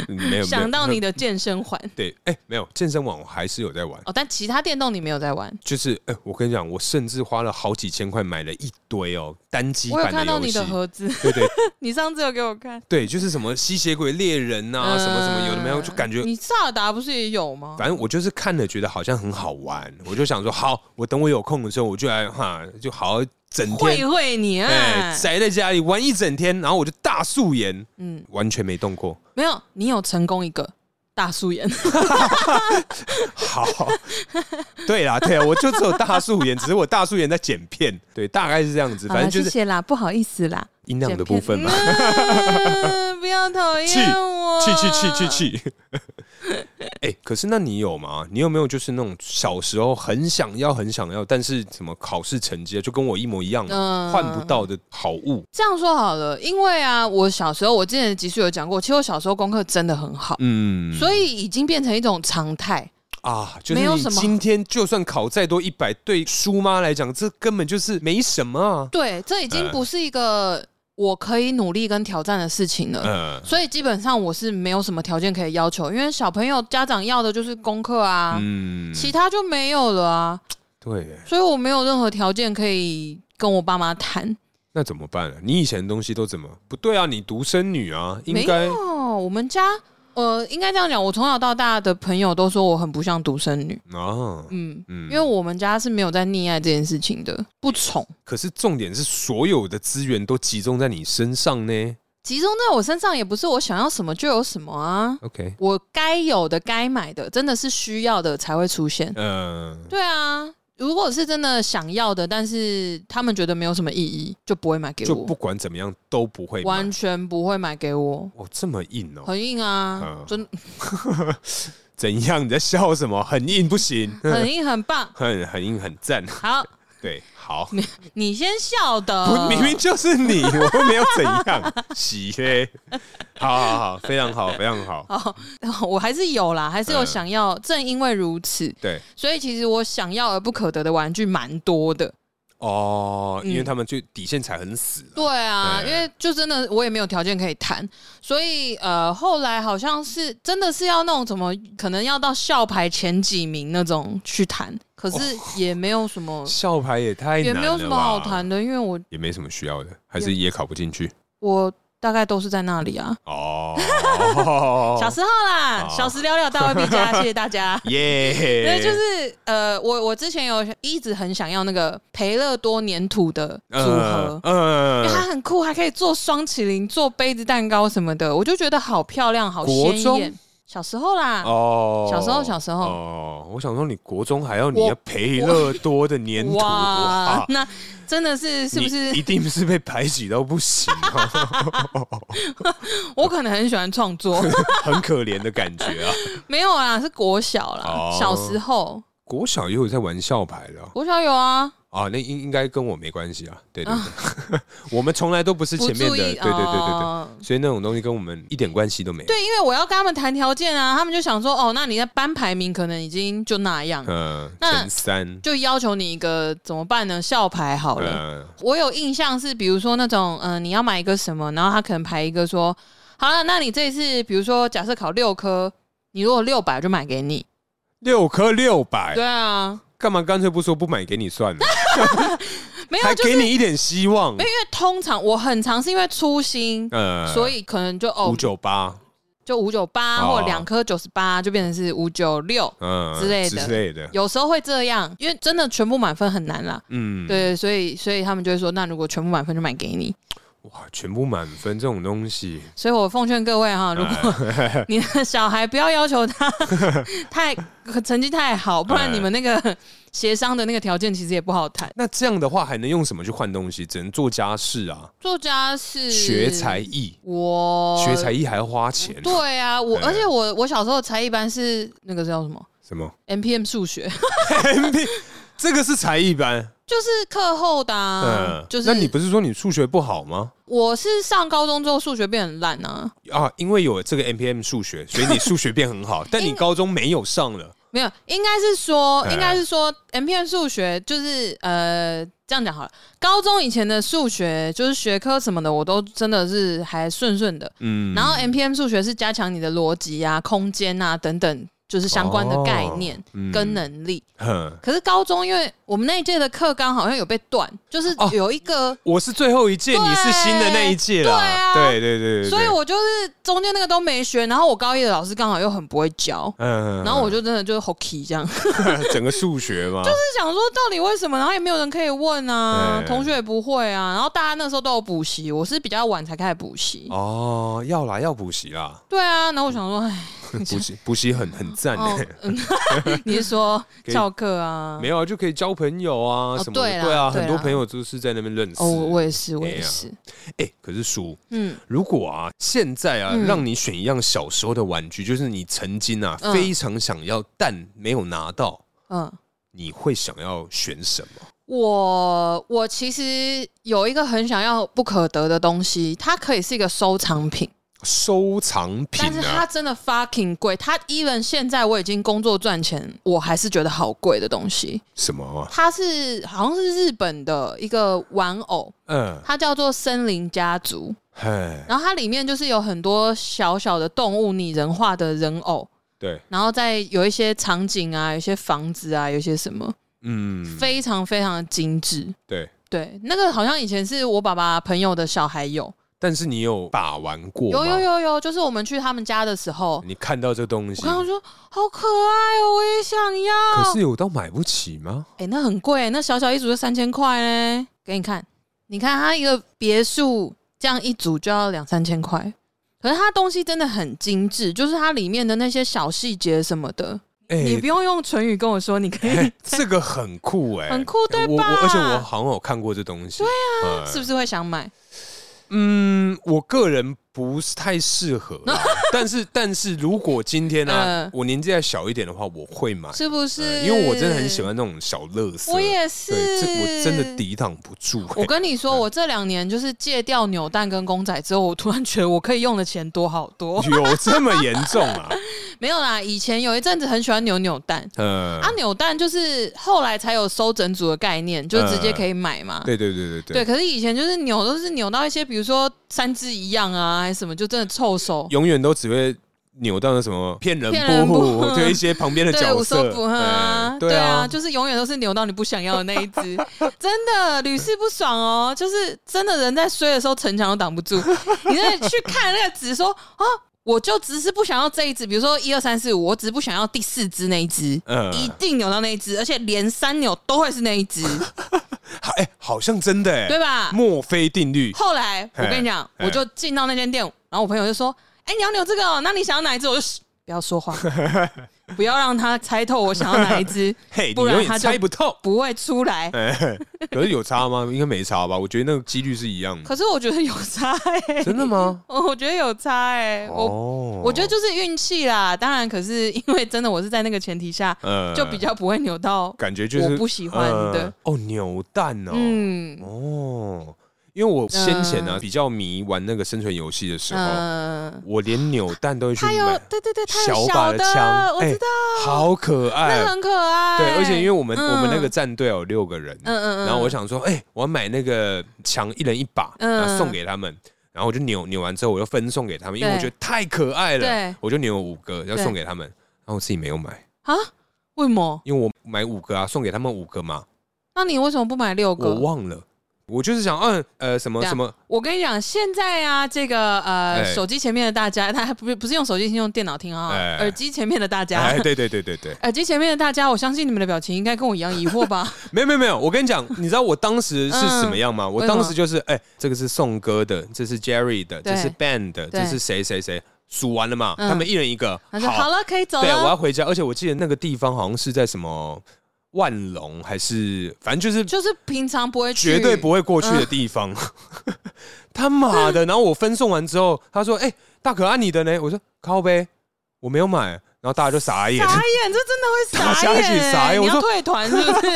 [SPEAKER 2] 嗯没有
[SPEAKER 3] 想到你
[SPEAKER 2] 的
[SPEAKER 3] 的健身环
[SPEAKER 2] 对，哎、没有健身网我还是有在玩。
[SPEAKER 3] 哦，但其他电动你没有在玩。
[SPEAKER 2] 就是，哎、我跟你讲，我甚至花了好几千块买了一堆哦，单机
[SPEAKER 3] 我有
[SPEAKER 2] 版
[SPEAKER 3] 看到
[SPEAKER 2] 游
[SPEAKER 3] 你
[SPEAKER 2] 戏
[SPEAKER 3] 的，盒子，
[SPEAKER 2] 对对
[SPEAKER 3] 你上次有给我看呃
[SPEAKER 2] 对，就是什么吸血鬼猎人呐、啊什么什么有的没
[SPEAKER 3] 嗯
[SPEAKER 2] 有，就感觉
[SPEAKER 3] 你萨尔达不是也有吗？
[SPEAKER 2] 反正我就是看了觉得好像很好玩，我就想说好，我等我有空的时候我就来哈，就好好整
[SPEAKER 3] 会
[SPEAKER 2] 天
[SPEAKER 3] 会你
[SPEAKER 2] 哎
[SPEAKER 3] 啊，
[SPEAKER 2] 宅在家里玩一整天，然后我就大素颜，
[SPEAKER 3] 嗯，
[SPEAKER 2] 完全没动过。
[SPEAKER 3] 没有，你有成功一个大素颜，
[SPEAKER 2] 好，对啦，对啊，我就只有大素颜，只是我大素颜在剪片，对，大概是这样子，反正就
[SPEAKER 3] 好啦谢
[SPEAKER 2] 是
[SPEAKER 3] 谢啦，不好意思啦，
[SPEAKER 2] 音量的部分嘛。
[SPEAKER 3] 嗯不 要讨厌我，
[SPEAKER 2] 气气气气！气！ 哎、可是那你有吗？你有没有就是那种小时候很想要、很想要，但是什么考试成绩啊就跟我一模一样嘛，
[SPEAKER 3] 嗯
[SPEAKER 2] 换、不到的好物？
[SPEAKER 3] 这样说好了，因为啊，我小时候我之前的集数有讲过，其实我小时候功课真的很好，
[SPEAKER 2] 嗯，
[SPEAKER 3] 所以已经变成一种常态。
[SPEAKER 2] 啊，就
[SPEAKER 3] 没
[SPEAKER 2] 是
[SPEAKER 3] 有
[SPEAKER 2] 你
[SPEAKER 3] 什么
[SPEAKER 2] 今天就算考再多一百，对苏妈来讲，这根本就是没什么啊。
[SPEAKER 3] 对，这已经不是一个我可以努力跟挑战的事情了。
[SPEAKER 2] 呃，
[SPEAKER 3] 所以基本上我是没有什么条件可以要求，因为小朋友家长要的就是功课啊，
[SPEAKER 2] 嗯，
[SPEAKER 3] 其他就没有了啊，
[SPEAKER 2] 对，
[SPEAKER 3] 所以我没有任何条件可以跟我爸妈谈。
[SPEAKER 2] 那怎么办啊？你以前的东西都怎么不对啊？你独生女啊，应
[SPEAKER 3] 没
[SPEAKER 2] 该
[SPEAKER 3] 有，哦我们家呃，应该这样讲，我从小到大的朋友都说我很不像独生女，
[SPEAKER 2] 啊，
[SPEAKER 3] 嗯，
[SPEAKER 2] 嗯
[SPEAKER 3] 因为我们家是没有在溺爱这件事情的，不宠，
[SPEAKER 2] 可是重点是所有的资源都集中在你身上呢。
[SPEAKER 3] 集中在我身上也不是我想要什么就有什么啊，
[SPEAKER 2] OK，
[SPEAKER 3] 我该有的、该买的，真的是需要的才会出现。
[SPEAKER 2] 呃，
[SPEAKER 3] 对啊，如果是真的想要的，但是他们觉得没有什么意义，就不会买给
[SPEAKER 2] 就
[SPEAKER 3] 我
[SPEAKER 2] 不，管怎么样都不会买
[SPEAKER 3] 完。全不会买给我，
[SPEAKER 2] 哦，这么硬哦？
[SPEAKER 3] 很硬啊
[SPEAKER 2] 嗯，
[SPEAKER 3] 真
[SPEAKER 2] 怎样？你在笑什么？很硬不行，
[SPEAKER 3] 很硬，很棒。
[SPEAKER 2] 很很硬，很赞。
[SPEAKER 3] 好，
[SPEAKER 2] 对，好，
[SPEAKER 3] 你先笑的，
[SPEAKER 2] 不明明就是 你，我又没有怎样，喜嘞。好好好，非常好，非常好。
[SPEAKER 3] 哦， 我还是有啦，还是有
[SPEAKER 2] 嗯
[SPEAKER 3] 想要。正因为如此，
[SPEAKER 2] 对，
[SPEAKER 3] 所以其实我想要而不可得的玩具蛮多的。
[SPEAKER 2] 哦，因为
[SPEAKER 3] 嗯
[SPEAKER 2] 他们就底线才很死啊。
[SPEAKER 3] 对啊，
[SPEAKER 2] 对
[SPEAKER 3] 因为就真的我也没有条件可以谈，所以呃，后来好像是真的是要那种怎么可能要到校排前几名那种去谈，可是也没有 什么，
[SPEAKER 2] 校牌也太难
[SPEAKER 3] 也
[SPEAKER 2] 了吧
[SPEAKER 3] 没有什么好谈，的，因为我
[SPEAKER 2] 也没什么需要的，还是也考不进去。
[SPEAKER 3] 我大概都是在那里啊。
[SPEAKER 2] 哦，
[SPEAKER 3] 小时候啦，
[SPEAKER 2] 哦。
[SPEAKER 3] 小时了了，大外必加，谢谢大家
[SPEAKER 2] 耶，
[SPEAKER 3] 对，就是呃，我我之前有一直很想要那个培乐多粘土的组合，因为它
[SPEAKER 2] 嗯，
[SPEAKER 3] 很酷，还可以做双麒麟、做杯子蛋糕什么的，我就觉得好漂亮、好
[SPEAKER 2] 国
[SPEAKER 3] 鲜
[SPEAKER 2] 中
[SPEAKER 3] 艳。小时候啦，
[SPEAKER 2] 哦
[SPEAKER 3] 小时候小时候
[SPEAKER 2] 哦，我想说你国中还要你
[SPEAKER 3] 我
[SPEAKER 2] 要培乐多的粘土
[SPEAKER 3] 哇
[SPEAKER 2] 哇，，
[SPEAKER 3] 那真的是是不是
[SPEAKER 2] 你一定是被排挤到不行啊，
[SPEAKER 3] 我可能很喜欢创 作？
[SPEAKER 2] 很可怜的感觉啊。
[SPEAKER 3] 没有啦，是国小啦，
[SPEAKER 2] 哦
[SPEAKER 3] 小时候
[SPEAKER 2] 国小也有在玩校牌的啊
[SPEAKER 3] 国小有啊，
[SPEAKER 2] 啊，那应应该跟我没关系啊。对对对， 我们从来都不是
[SPEAKER 3] 不
[SPEAKER 2] 前面的，
[SPEAKER 3] 注
[SPEAKER 2] 对
[SPEAKER 3] 意
[SPEAKER 2] 对对对
[SPEAKER 3] 哦
[SPEAKER 2] 对，所以那种东西跟我们一点关系都没有。
[SPEAKER 3] 对，因为我要跟他们谈条件啊，他们就想说，哦，那你的班排名可能已经就那样，
[SPEAKER 2] 嗯，
[SPEAKER 3] 那
[SPEAKER 2] 前三，
[SPEAKER 3] 就要求你一个怎么办呢？校排好了。
[SPEAKER 2] 嗯，
[SPEAKER 3] 我有印象是，比如说那种，嗯、你要买一个什么，然后他可能排一个说，好了，那你这一次，比如说假设考六科，你如果六百就买给你。
[SPEAKER 2] 六颗六百
[SPEAKER 3] 对，啊，
[SPEAKER 2] 干嘛干脆不说不买给你算了，
[SPEAKER 3] 没有，
[SPEAKER 2] 还
[SPEAKER 3] 就是
[SPEAKER 2] 给
[SPEAKER 3] 因为
[SPEAKER 2] 你一点希望。
[SPEAKER 3] 通常我很常是因为粗心，
[SPEAKER 2] 呃
[SPEAKER 3] 所以可能就哦
[SPEAKER 2] 五，九八，
[SPEAKER 3] 就五九八
[SPEAKER 2] 哦
[SPEAKER 3] 或两颗九十八，就变成是五九六。
[SPEAKER 2] 嗯
[SPEAKER 3] 之类的
[SPEAKER 2] 之类的，
[SPEAKER 3] 有时候会这样，因为真的全部满分很难啦。
[SPEAKER 2] 嗯，，
[SPEAKER 3] 对，所以所以他们就会说，那如果全部满分就买给你。
[SPEAKER 2] 哇，全部满分这种东西，
[SPEAKER 3] 所以我奉劝各位
[SPEAKER 2] 哎
[SPEAKER 3] 哈，如果 你的小孩不要要求他太成绩太好，不然你们那个协商的那个条件其实也不好谈。
[SPEAKER 2] 那这样的话还能用什么去换东西？只能做家事啊，
[SPEAKER 3] 作家是
[SPEAKER 2] 学才，艺，
[SPEAKER 3] 我
[SPEAKER 2] 学才艺还要花钱，
[SPEAKER 3] 对啊，我
[SPEAKER 2] 哎
[SPEAKER 3] 而且我我小时候才艺班是那个叫什么
[SPEAKER 2] 什么
[SPEAKER 3] NPM 数学，
[SPEAKER 2] M P，这个是才艺班，
[SPEAKER 3] 就是课后的、啊
[SPEAKER 2] 嗯，，
[SPEAKER 3] 就是
[SPEAKER 2] 那你不是说你数学不好吗？
[SPEAKER 3] 我是上高中之后数学变很烂啊，
[SPEAKER 2] 啊，因为有这个 M P M 数 学，所以你数学变很好，但你高中没有上了，
[SPEAKER 3] 没有，应该是说，
[SPEAKER 2] 哎
[SPEAKER 3] 应该是说，M P N 数学就是呃，这样讲好了。高中以前的数学就是学科什么的，我都真的是还顺顺的。
[SPEAKER 2] 嗯，
[SPEAKER 3] 然后 M P M 数学是加强你的逻辑啊、空间啊等等，就是相关的概念
[SPEAKER 2] 嗯
[SPEAKER 3] 跟能力。
[SPEAKER 2] 哼，
[SPEAKER 3] 可是高中因为我们那一届的课纲好像有被断，就是
[SPEAKER 2] 哦
[SPEAKER 3] 有一个，
[SPEAKER 2] 我是最后一届，
[SPEAKER 3] 对
[SPEAKER 2] 你是新的那一届啦，
[SPEAKER 3] 对啊
[SPEAKER 2] 对对对对，
[SPEAKER 3] 所以我就是中间那个都没学。然后我高一的老师刚好又很不会教，
[SPEAKER 2] 嗯
[SPEAKER 3] 然后我
[SPEAKER 2] 就
[SPEAKER 3] 就真的就是 hockey 这样。
[SPEAKER 2] 整个数学嘛，就是
[SPEAKER 3] 想说到底为什么，然后也没有人可以问啊，
[SPEAKER 2] 对
[SPEAKER 3] 同学也不会啊，然后大家那时候都有补习，我是比较晚才开始补习。
[SPEAKER 2] 哦，要啦，要补习啦，
[SPEAKER 3] 对啊，然后我想说，哎，
[SPEAKER 2] 补习补习很很赞
[SPEAKER 3] 哦
[SPEAKER 2] 诶，，
[SPEAKER 3] 嗯你是说
[SPEAKER 2] 给
[SPEAKER 3] 翘课啊？
[SPEAKER 2] 没有啊就可以交朋友啊
[SPEAKER 3] 哦
[SPEAKER 2] 什么的，
[SPEAKER 3] 对啦
[SPEAKER 2] 对啊，
[SPEAKER 3] 对
[SPEAKER 2] 很多
[SPEAKER 3] 啦
[SPEAKER 2] 朋友都是在那边认识。
[SPEAKER 3] 哦，我我也是，我
[SPEAKER 2] 哎
[SPEAKER 3] 也
[SPEAKER 2] 呀
[SPEAKER 3] 是，
[SPEAKER 2] 哎，可是叔，
[SPEAKER 3] 嗯，
[SPEAKER 2] 如果啊现在啊
[SPEAKER 3] 嗯
[SPEAKER 2] 让你选一样小时候的玩具，就是你曾经啊
[SPEAKER 3] 嗯
[SPEAKER 2] 非常想要但没有拿到，
[SPEAKER 3] 嗯。
[SPEAKER 2] 你会想要选什么？
[SPEAKER 3] 我我其实有一个很想要不可得的东西，它可以是一个收藏品，
[SPEAKER 2] 收藏品
[SPEAKER 3] 但是它
[SPEAKER 2] 啊，
[SPEAKER 3] 真的 fucking 贵。它 even 现在我已经工作赚钱，我还是觉得好贵的东西。
[SPEAKER 2] 什么啊？
[SPEAKER 3] 它是好像是日本的一个玩偶，
[SPEAKER 2] 嗯，
[SPEAKER 3] 它叫做森林家族，
[SPEAKER 2] 嘿，
[SPEAKER 3] 然后它里面就是有很多小小的动物拟人化的人偶，
[SPEAKER 2] 对，
[SPEAKER 3] 然后再有一些场景啊，有一些房子啊，有一些什么，
[SPEAKER 2] 嗯，
[SPEAKER 3] 非常非常的精致。
[SPEAKER 2] 对。
[SPEAKER 3] 对，那个好像以前是我爸爸朋友的小孩有，
[SPEAKER 2] 但是你有把玩过
[SPEAKER 3] 有
[SPEAKER 2] 吗？
[SPEAKER 3] 有有有，就是我们去他们家的时候，
[SPEAKER 2] 你看到这东
[SPEAKER 3] 我
[SPEAKER 2] 西，
[SPEAKER 3] 看到说好可爱哦，我也想要。
[SPEAKER 2] 可是有到买不起吗？
[SPEAKER 3] 哎、那很贵，那小小一组就三千块嘞。给你看，你看它一个别墅这样一组就要两三千块，可是它东西真的很精致，就是它里面的那些小细节什么的，
[SPEAKER 2] 哎、，
[SPEAKER 3] 你不用用唇语跟我说，你可以
[SPEAKER 2] 这个很酷哎、
[SPEAKER 3] 很酷对吧
[SPEAKER 2] 我我而且我好像有看过这东西。对啊
[SPEAKER 3] 是不是会想买？
[SPEAKER 2] 嗯，我个人不是太适合 啦，但是但是如果今天呢、啊
[SPEAKER 3] 嗯
[SPEAKER 2] 我年纪再小一点的话，我会买，
[SPEAKER 3] 是不是、
[SPEAKER 2] 嗯因为我真的很喜，欢那种小乐色。
[SPEAKER 3] 我也是，
[SPEAKER 2] 对，这我真的。抵挡不住、欸。
[SPEAKER 3] 我跟你说，我这两年就是戒掉扭蛋跟公仔之后，我突然觉得我可以用的钱多好多。
[SPEAKER 2] 有这么严重啊？
[SPEAKER 3] 没有啦，以前有一阵子很喜欢扭扭蛋，
[SPEAKER 2] 嗯，
[SPEAKER 3] 啊，扭蛋就是后来才有收整组的概念，就直接可以买嘛。
[SPEAKER 2] 嗯对对对对
[SPEAKER 3] 对，可是以前就是扭都是扭到一些，比如说三只一样啊，还是什么，就真的凑手。
[SPEAKER 2] 永远都只会扭到那什么骗人
[SPEAKER 3] 骗人
[SPEAKER 2] 布，
[SPEAKER 3] 布
[SPEAKER 2] 对一些旁边的
[SPEAKER 3] 对，
[SPEAKER 2] 角
[SPEAKER 3] 武
[SPEAKER 2] 色
[SPEAKER 3] 松不，啊
[SPEAKER 2] 哎，
[SPEAKER 3] 对
[SPEAKER 2] 啊，
[SPEAKER 3] 就是永远都是扭到你不想要的那一只， 真的屡试不爽哦。就是真的人在衰的时候，城墙都挡不 住。你在去看那个纸说啊，我就只是不想要这一只，比如说一二三四五，我只不想要第四只那一只，
[SPEAKER 2] 嗯
[SPEAKER 3] 一定扭到那一只，而且连三扭都会是那一只，
[SPEAKER 2] 好哎，好像真的哎，
[SPEAKER 3] 对吧？
[SPEAKER 2] 墨菲定律，
[SPEAKER 3] 后来我
[SPEAKER 2] 嘿
[SPEAKER 3] 跟你讲，
[SPEAKER 2] 嘿，
[SPEAKER 3] 我就进到那间店，然后我朋友就说：“哎、你要扭这个、哦，那你想要哪一只？”我就嘘不要说话，不要让他猜透我想要哪一只
[SPEAKER 2] 嘿，你
[SPEAKER 3] 不
[SPEAKER 2] 永
[SPEAKER 3] 然
[SPEAKER 2] 远
[SPEAKER 3] 他就
[SPEAKER 2] 猜不透。
[SPEAKER 3] 不会出来。
[SPEAKER 2] 哎，可是有差吗？应该没差吧？我觉得那个几率是一样的。
[SPEAKER 3] 可是我觉得有差哎、
[SPEAKER 2] 真的吗？
[SPEAKER 3] 我我觉得有差哎、 我
[SPEAKER 2] 哦
[SPEAKER 3] 我觉得就是运气啦。当然，可是因为真的我是在那个前提下，
[SPEAKER 2] 呃
[SPEAKER 3] 就比较不会扭到。
[SPEAKER 2] 感觉就是
[SPEAKER 3] 我不喜欢的
[SPEAKER 2] 呃哦，扭蛋哦，
[SPEAKER 3] 嗯
[SPEAKER 2] 哦，因为我先前呢、啊
[SPEAKER 3] 嗯
[SPEAKER 2] 比较迷玩那个生存游戏的时候，
[SPEAKER 3] 嗯，
[SPEAKER 2] 我连扭蛋都会去
[SPEAKER 3] 它有
[SPEAKER 2] 哦买
[SPEAKER 3] 对对对，它
[SPEAKER 2] 小
[SPEAKER 3] 有
[SPEAKER 2] 把
[SPEAKER 3] 小
[SPEAKER 2] 的枪，
[SPEAKER 3] 我
[SPEAKER 2] 哎
[SPEAKER 3] 知道，
[SPEAKER 2] 好可爱
[SPEAKER 3] 那。很可爱。
[SPEAKER 2] 对，而且因为我们、我们那个
[SPEAKER 3] 嗯
[SPEAKER 2] 战队有六个人，
[SPEAKER 3] 嗯嗯嗯，
[SPEAKER 2] 然后我想说，哎、我要买那个枪，一人一把，
[SPEAKER 3] 嗯
[SPEAKER 2] 然后送给他们。然后我就扭扭完之后，我就分送给他们，因为我
[SPEAKER 3] 对
[SPEAKER 2] 觉得太可爱了
[SPEAKER 3] 对，
[SPEAKER 2] 我就扭了五个要
[SPEAKER 3] 对
[SPEAKER 2] 送给他们。然后我自己没有买，
[SPEAKER 3] 啊，为什么？
[SPEAKER 2] 因为我买五个啊，送给他们五个嘛，
[SPEAKER 3] 那你为什么不买六
[SPEAKER 2] 我
[SPEAKER 3] 个？我
[SPEAKER 2] 忘了。我就是想，嗯呃，什么
[SPEAKER 3] 这样
[SPEAKER 2] 什么，
[SPEAKER 3] 跟你讲，现在啊，这个呃，
[SPEAKER 2] 哎
[SPEAKER 3] 手机前面的大家，他还不是不是用手机听，用电脑听啊、
[SPEAKER 2] 哎
[SPEAKER 3] 耳机前面的大家，
[SPEAKER 2] 哎，对对对对对，
[SPEAKER 3] 耳机前面的大家，我相信你们的表情应该跟我一样疑 惑吧？
[SPEAKER 2] 没有没有没有，我跟你讲，你知道我当时是
[SPEAKER 3] 嗯
[SPEAKER 2] 什么样吗？我
[SPEAKER 3] 为什么
[SPEAKER 2] 当时就是，哎，这个是宋哥的，这是 Jerry 的，
[SPEAKER 3] 对
[SPEAKER 2] 这是 Ben 的，
[SPEAKER 3] 对
[SPEAKER 2] 这是谁谁谁，数完了嘛，
[SPEAKER 3] 嗯
[SPEAKER 2] 他们一人一个，
[SPEAKER 3] 他说好了，可以走
[SPEAKER 2] 对，我要
[SPEAKER 3] 了，
[SPEAKER 2] 回家，而且我记得那个地方好像是在什么万隆还是，反正就是
[SPEAKER 3] 就是平常不会去，
[SPEAKER 2] 绝对不会过去的地方。 他妈 的！然后我分送完之后，他说：“哎、大可爱你的呢？”我说：“靠呗，我没有买。”然后大家就傻眼
[SPEAKER 3] 傻。眼，这真的会傻
[SPEAKER 2] 大家
[SPEAKER 3] 眼，
[SPEAKER 2] 一起傻眼
[SPEAKER 3] 你
[SPEAKER 2] 我说
[SPEAKER 3] 要退团是不 是？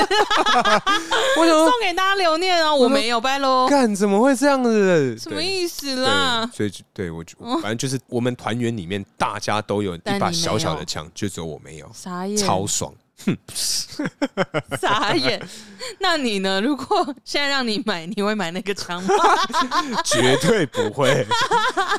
[SPEAKER 2] 我想说
[SPEAKER 3] 送给大家留念哦，我没有，拜喽，
[SPEAKER 2] 干怎么会这样子？
[SPEAKER 3] 什么
[SPEAKER 2] 思
[SPEAKER 3] 意思啊哦啦？
[SPEAKER 2] 所以就对我就反正就是我们团员里面大家都有一
[SPEAKER 3] 但
[SPEAKER 2] 把
[SPEAKER 3] 你没
[SPEAKER 2] 小小的
[SPEAKER 3] 有
[SPEAKER 2] 枪，就只有我没有，
[SPEAKER 3] 傻眼，
[SPEAKER 2] 超爽。
[SPEAKER 3] 傻 眼。那你呢？如果现在让你买，你会买那个枪 吗？
[SPEAKER 2] 绝对不 会。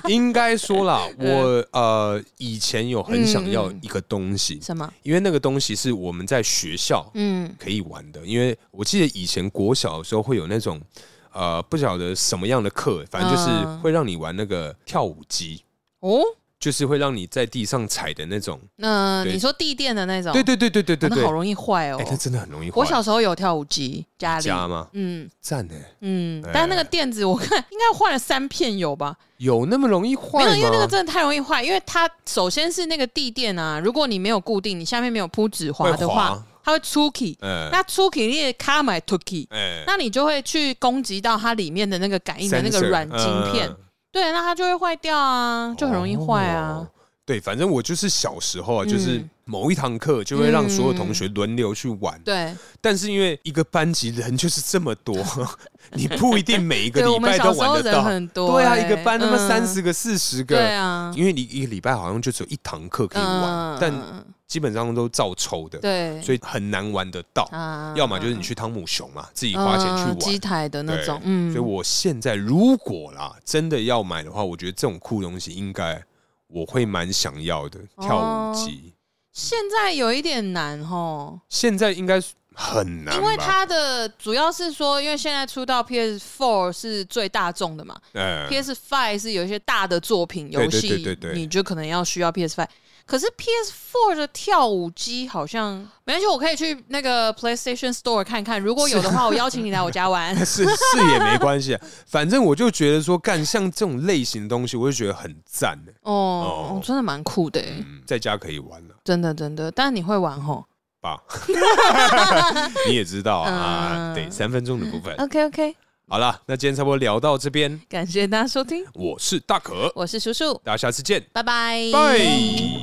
[SPEAKER 2] 应该说啦，我
[SPEAKER 3] 嗯
[SPEAKER 2] 呃以前有很想要一个东西，
[SPEAKER 3] 什么？
[SPEAKER 2] 因为那个东西是我们在学校
[SPEAKER 3] 嗯，
[SPEAKER 2] 可以玩的，因为我记得以前国小的时候会有那种呃不晓得什么样的课，反正就是
[SPEAKER 3] 嗯
[SPEAKER 2] 会让你玩那个跳舞机，
[SPEAKER 3] 哦，
[SPEAKER 2] 就是会让你在地上踩的那种。
[SPEAKER 3] 那
[SPEAKER 2] 对
[SPEAKER 3] 你说地垫的那种，
[SPEAKER 2] 对对对对对对
[SPEAKER 3] 啊那
[SPEAKER 2] 对
[SPEAKER 3] 好，容易坏哦
[SPEAKER 2] 哎，。它真的很容易坏。
[SPEAKER 3] 我小时候有跳舞机，家里，
[SPEAKER 2] 家吗？
[SPEAKER 3] 嗯
[SPEAKER 2] 赞哎，
[SPEAKER 3] 嗯
[SPEAKER 2] 哎，
[SPEAKER 3] 但那个垫子我看应该换了三片有吧？
[SPEAKER 2] 有那么容易
[SPEAKER 3] 没
[SPEAKER 2] 坏
[SPEAKER 3] 有，因为那个
[SPEAKER 2] 吗？
[SPEAKER 3] 真的太容易坏，因为它首先是那个地垫啊，如果你没有固定，你下面没有铺纸滑的
[SPEAKER 2] 会
[SPEAKER 3] 话
[SPEAKER 2] 滑，
[SPEAKER 3] 它会出气。
[SPEAKER 2] 呃，
[SPEAKER 3] 那出气，你也卡买 t o k i
[SPEAKER 2] 哎，
[SPEAKER 3] 那你就会去攻击到它里面的那个感应的那个
[SPEAKER 2] sensor，
[SPEAKER 3] 软晶片
[SPEAKER 2] 嗯，
[SPEAKER 3] 对，那它就会坏掉啊，就很容易坏啊
[SPEAKER 2] 哦。对，反正我就是小时候啊，就是
[SPEAKER 3] 嗯
[SPEAKER 2] 某一堂课就会让所有同学轮流去玩，
[SPEAKER 3] 对，嗯
[SPEAKER 2] 但是因为一个班级人就是这么 多，你不一定每一个
[SPEAKER 3] 对我
[SPEAKER 2] 礼
[SPEAKER 3] 们
[SPEAKER 2] 拜
[SPEAKER 3] 小
[SPEAKER 2] 都
[SPEAKER 3] 时候
[SPEAKER 2] 玩得
[SPEAKER 3] 人
[SPEAKER 2] 到。
[SPEAKER 3] 很多、
[SPEAKER 2] 对啊，
[SPEAKER 3] 欸
[SPEAKER 2] 一个班他妈
[SPEAKER 3] 嗯
[SPEAKER 2] 三十个、四十
[SPEAKER 3] 对
[SPEAKER 2] 个，
[SPEAKER 3] 啊，
[SPEAKER 2] 因为你一个礼拜好像就只有一堂课可以玩，但
[SPEAKER 3] 嗯
[SPEAKER 2] 基本上都照抽的，
[SPEAKER 3] 对，
[SPEAKER 2] 所以很难玩得到。
[SPEAKER 3] 啊
[SPEAKER 2] 要么就是你去汤姆熊嘛，自己花钱去
[SPEAKER 3] 嗯机
[SPEAKER 2] 玩。
[SPEAKER 3] 台的那
[SPEAKER 2] 对
[SPEAKER 3] 种，嗯，
[SPEAKER 2] 所以我现在如果啦，真的要买的话，我觉得这种酷东西应该我会蛮想要的，跳舞
[SPEAKER 3] 哦
[SPEAKER 2] 机。
[SPEAKER 3] 现在有一点难哦，
[SPEAKER 2] 现在应该是很难吧，
[SPEAKER 3] 因为它的主要是说，因为现在出到 PS Four 是最大众的嘛、
[SPEAKER 2] 呃
[SPEAKER 3] p s Five 是有一些大的作品
[SPEAKER 2] 对
[SPEAKER 3] 游
[SPEAKER 2] 对
[SPEAKER 3] 戏，
[SPEAKER 2] 对对对
[SPEAKER 3] 你就可能要需要 PS Five。可是 PS Four 的跳舞机好像没关系，我可以去那个 PlayStation Store 看看，如果有的话，我邀请你来我 家玩。
[SPEAKER 2] 是是也没关系啊，反正我就觉得说，干像这种类型的东西，我就觉得很赞的、
[SPEAKER 3] 哦，
[SPEAKER 2] 哦
[SPEAKER 3] 哦真的蛮酷的欸、
[SPEAKER 2] 嗯，在家可以玩了、
[SPEAKER 3] 真的真的。但你会玩吼
[SPEAKER 2] 吧？ 你也知道啊，
[SPEAKER 3] 嗯
[SPEAKER 2] 对，三分钟的部分。
[SPEAKER 3] ？OK OK，
[SPEAKER 2] 好了，那今天差不多聊到这边，
[SPEAKER 3] 感谢大家收听，
[SPEAKER 2] 我是大可，
[SPEAKER 3] 我是叔叔，
[SPEAKER 2] 大家下次见，
[SPEAKER 3] 拜拜，
[SPEAKER 2] 拜。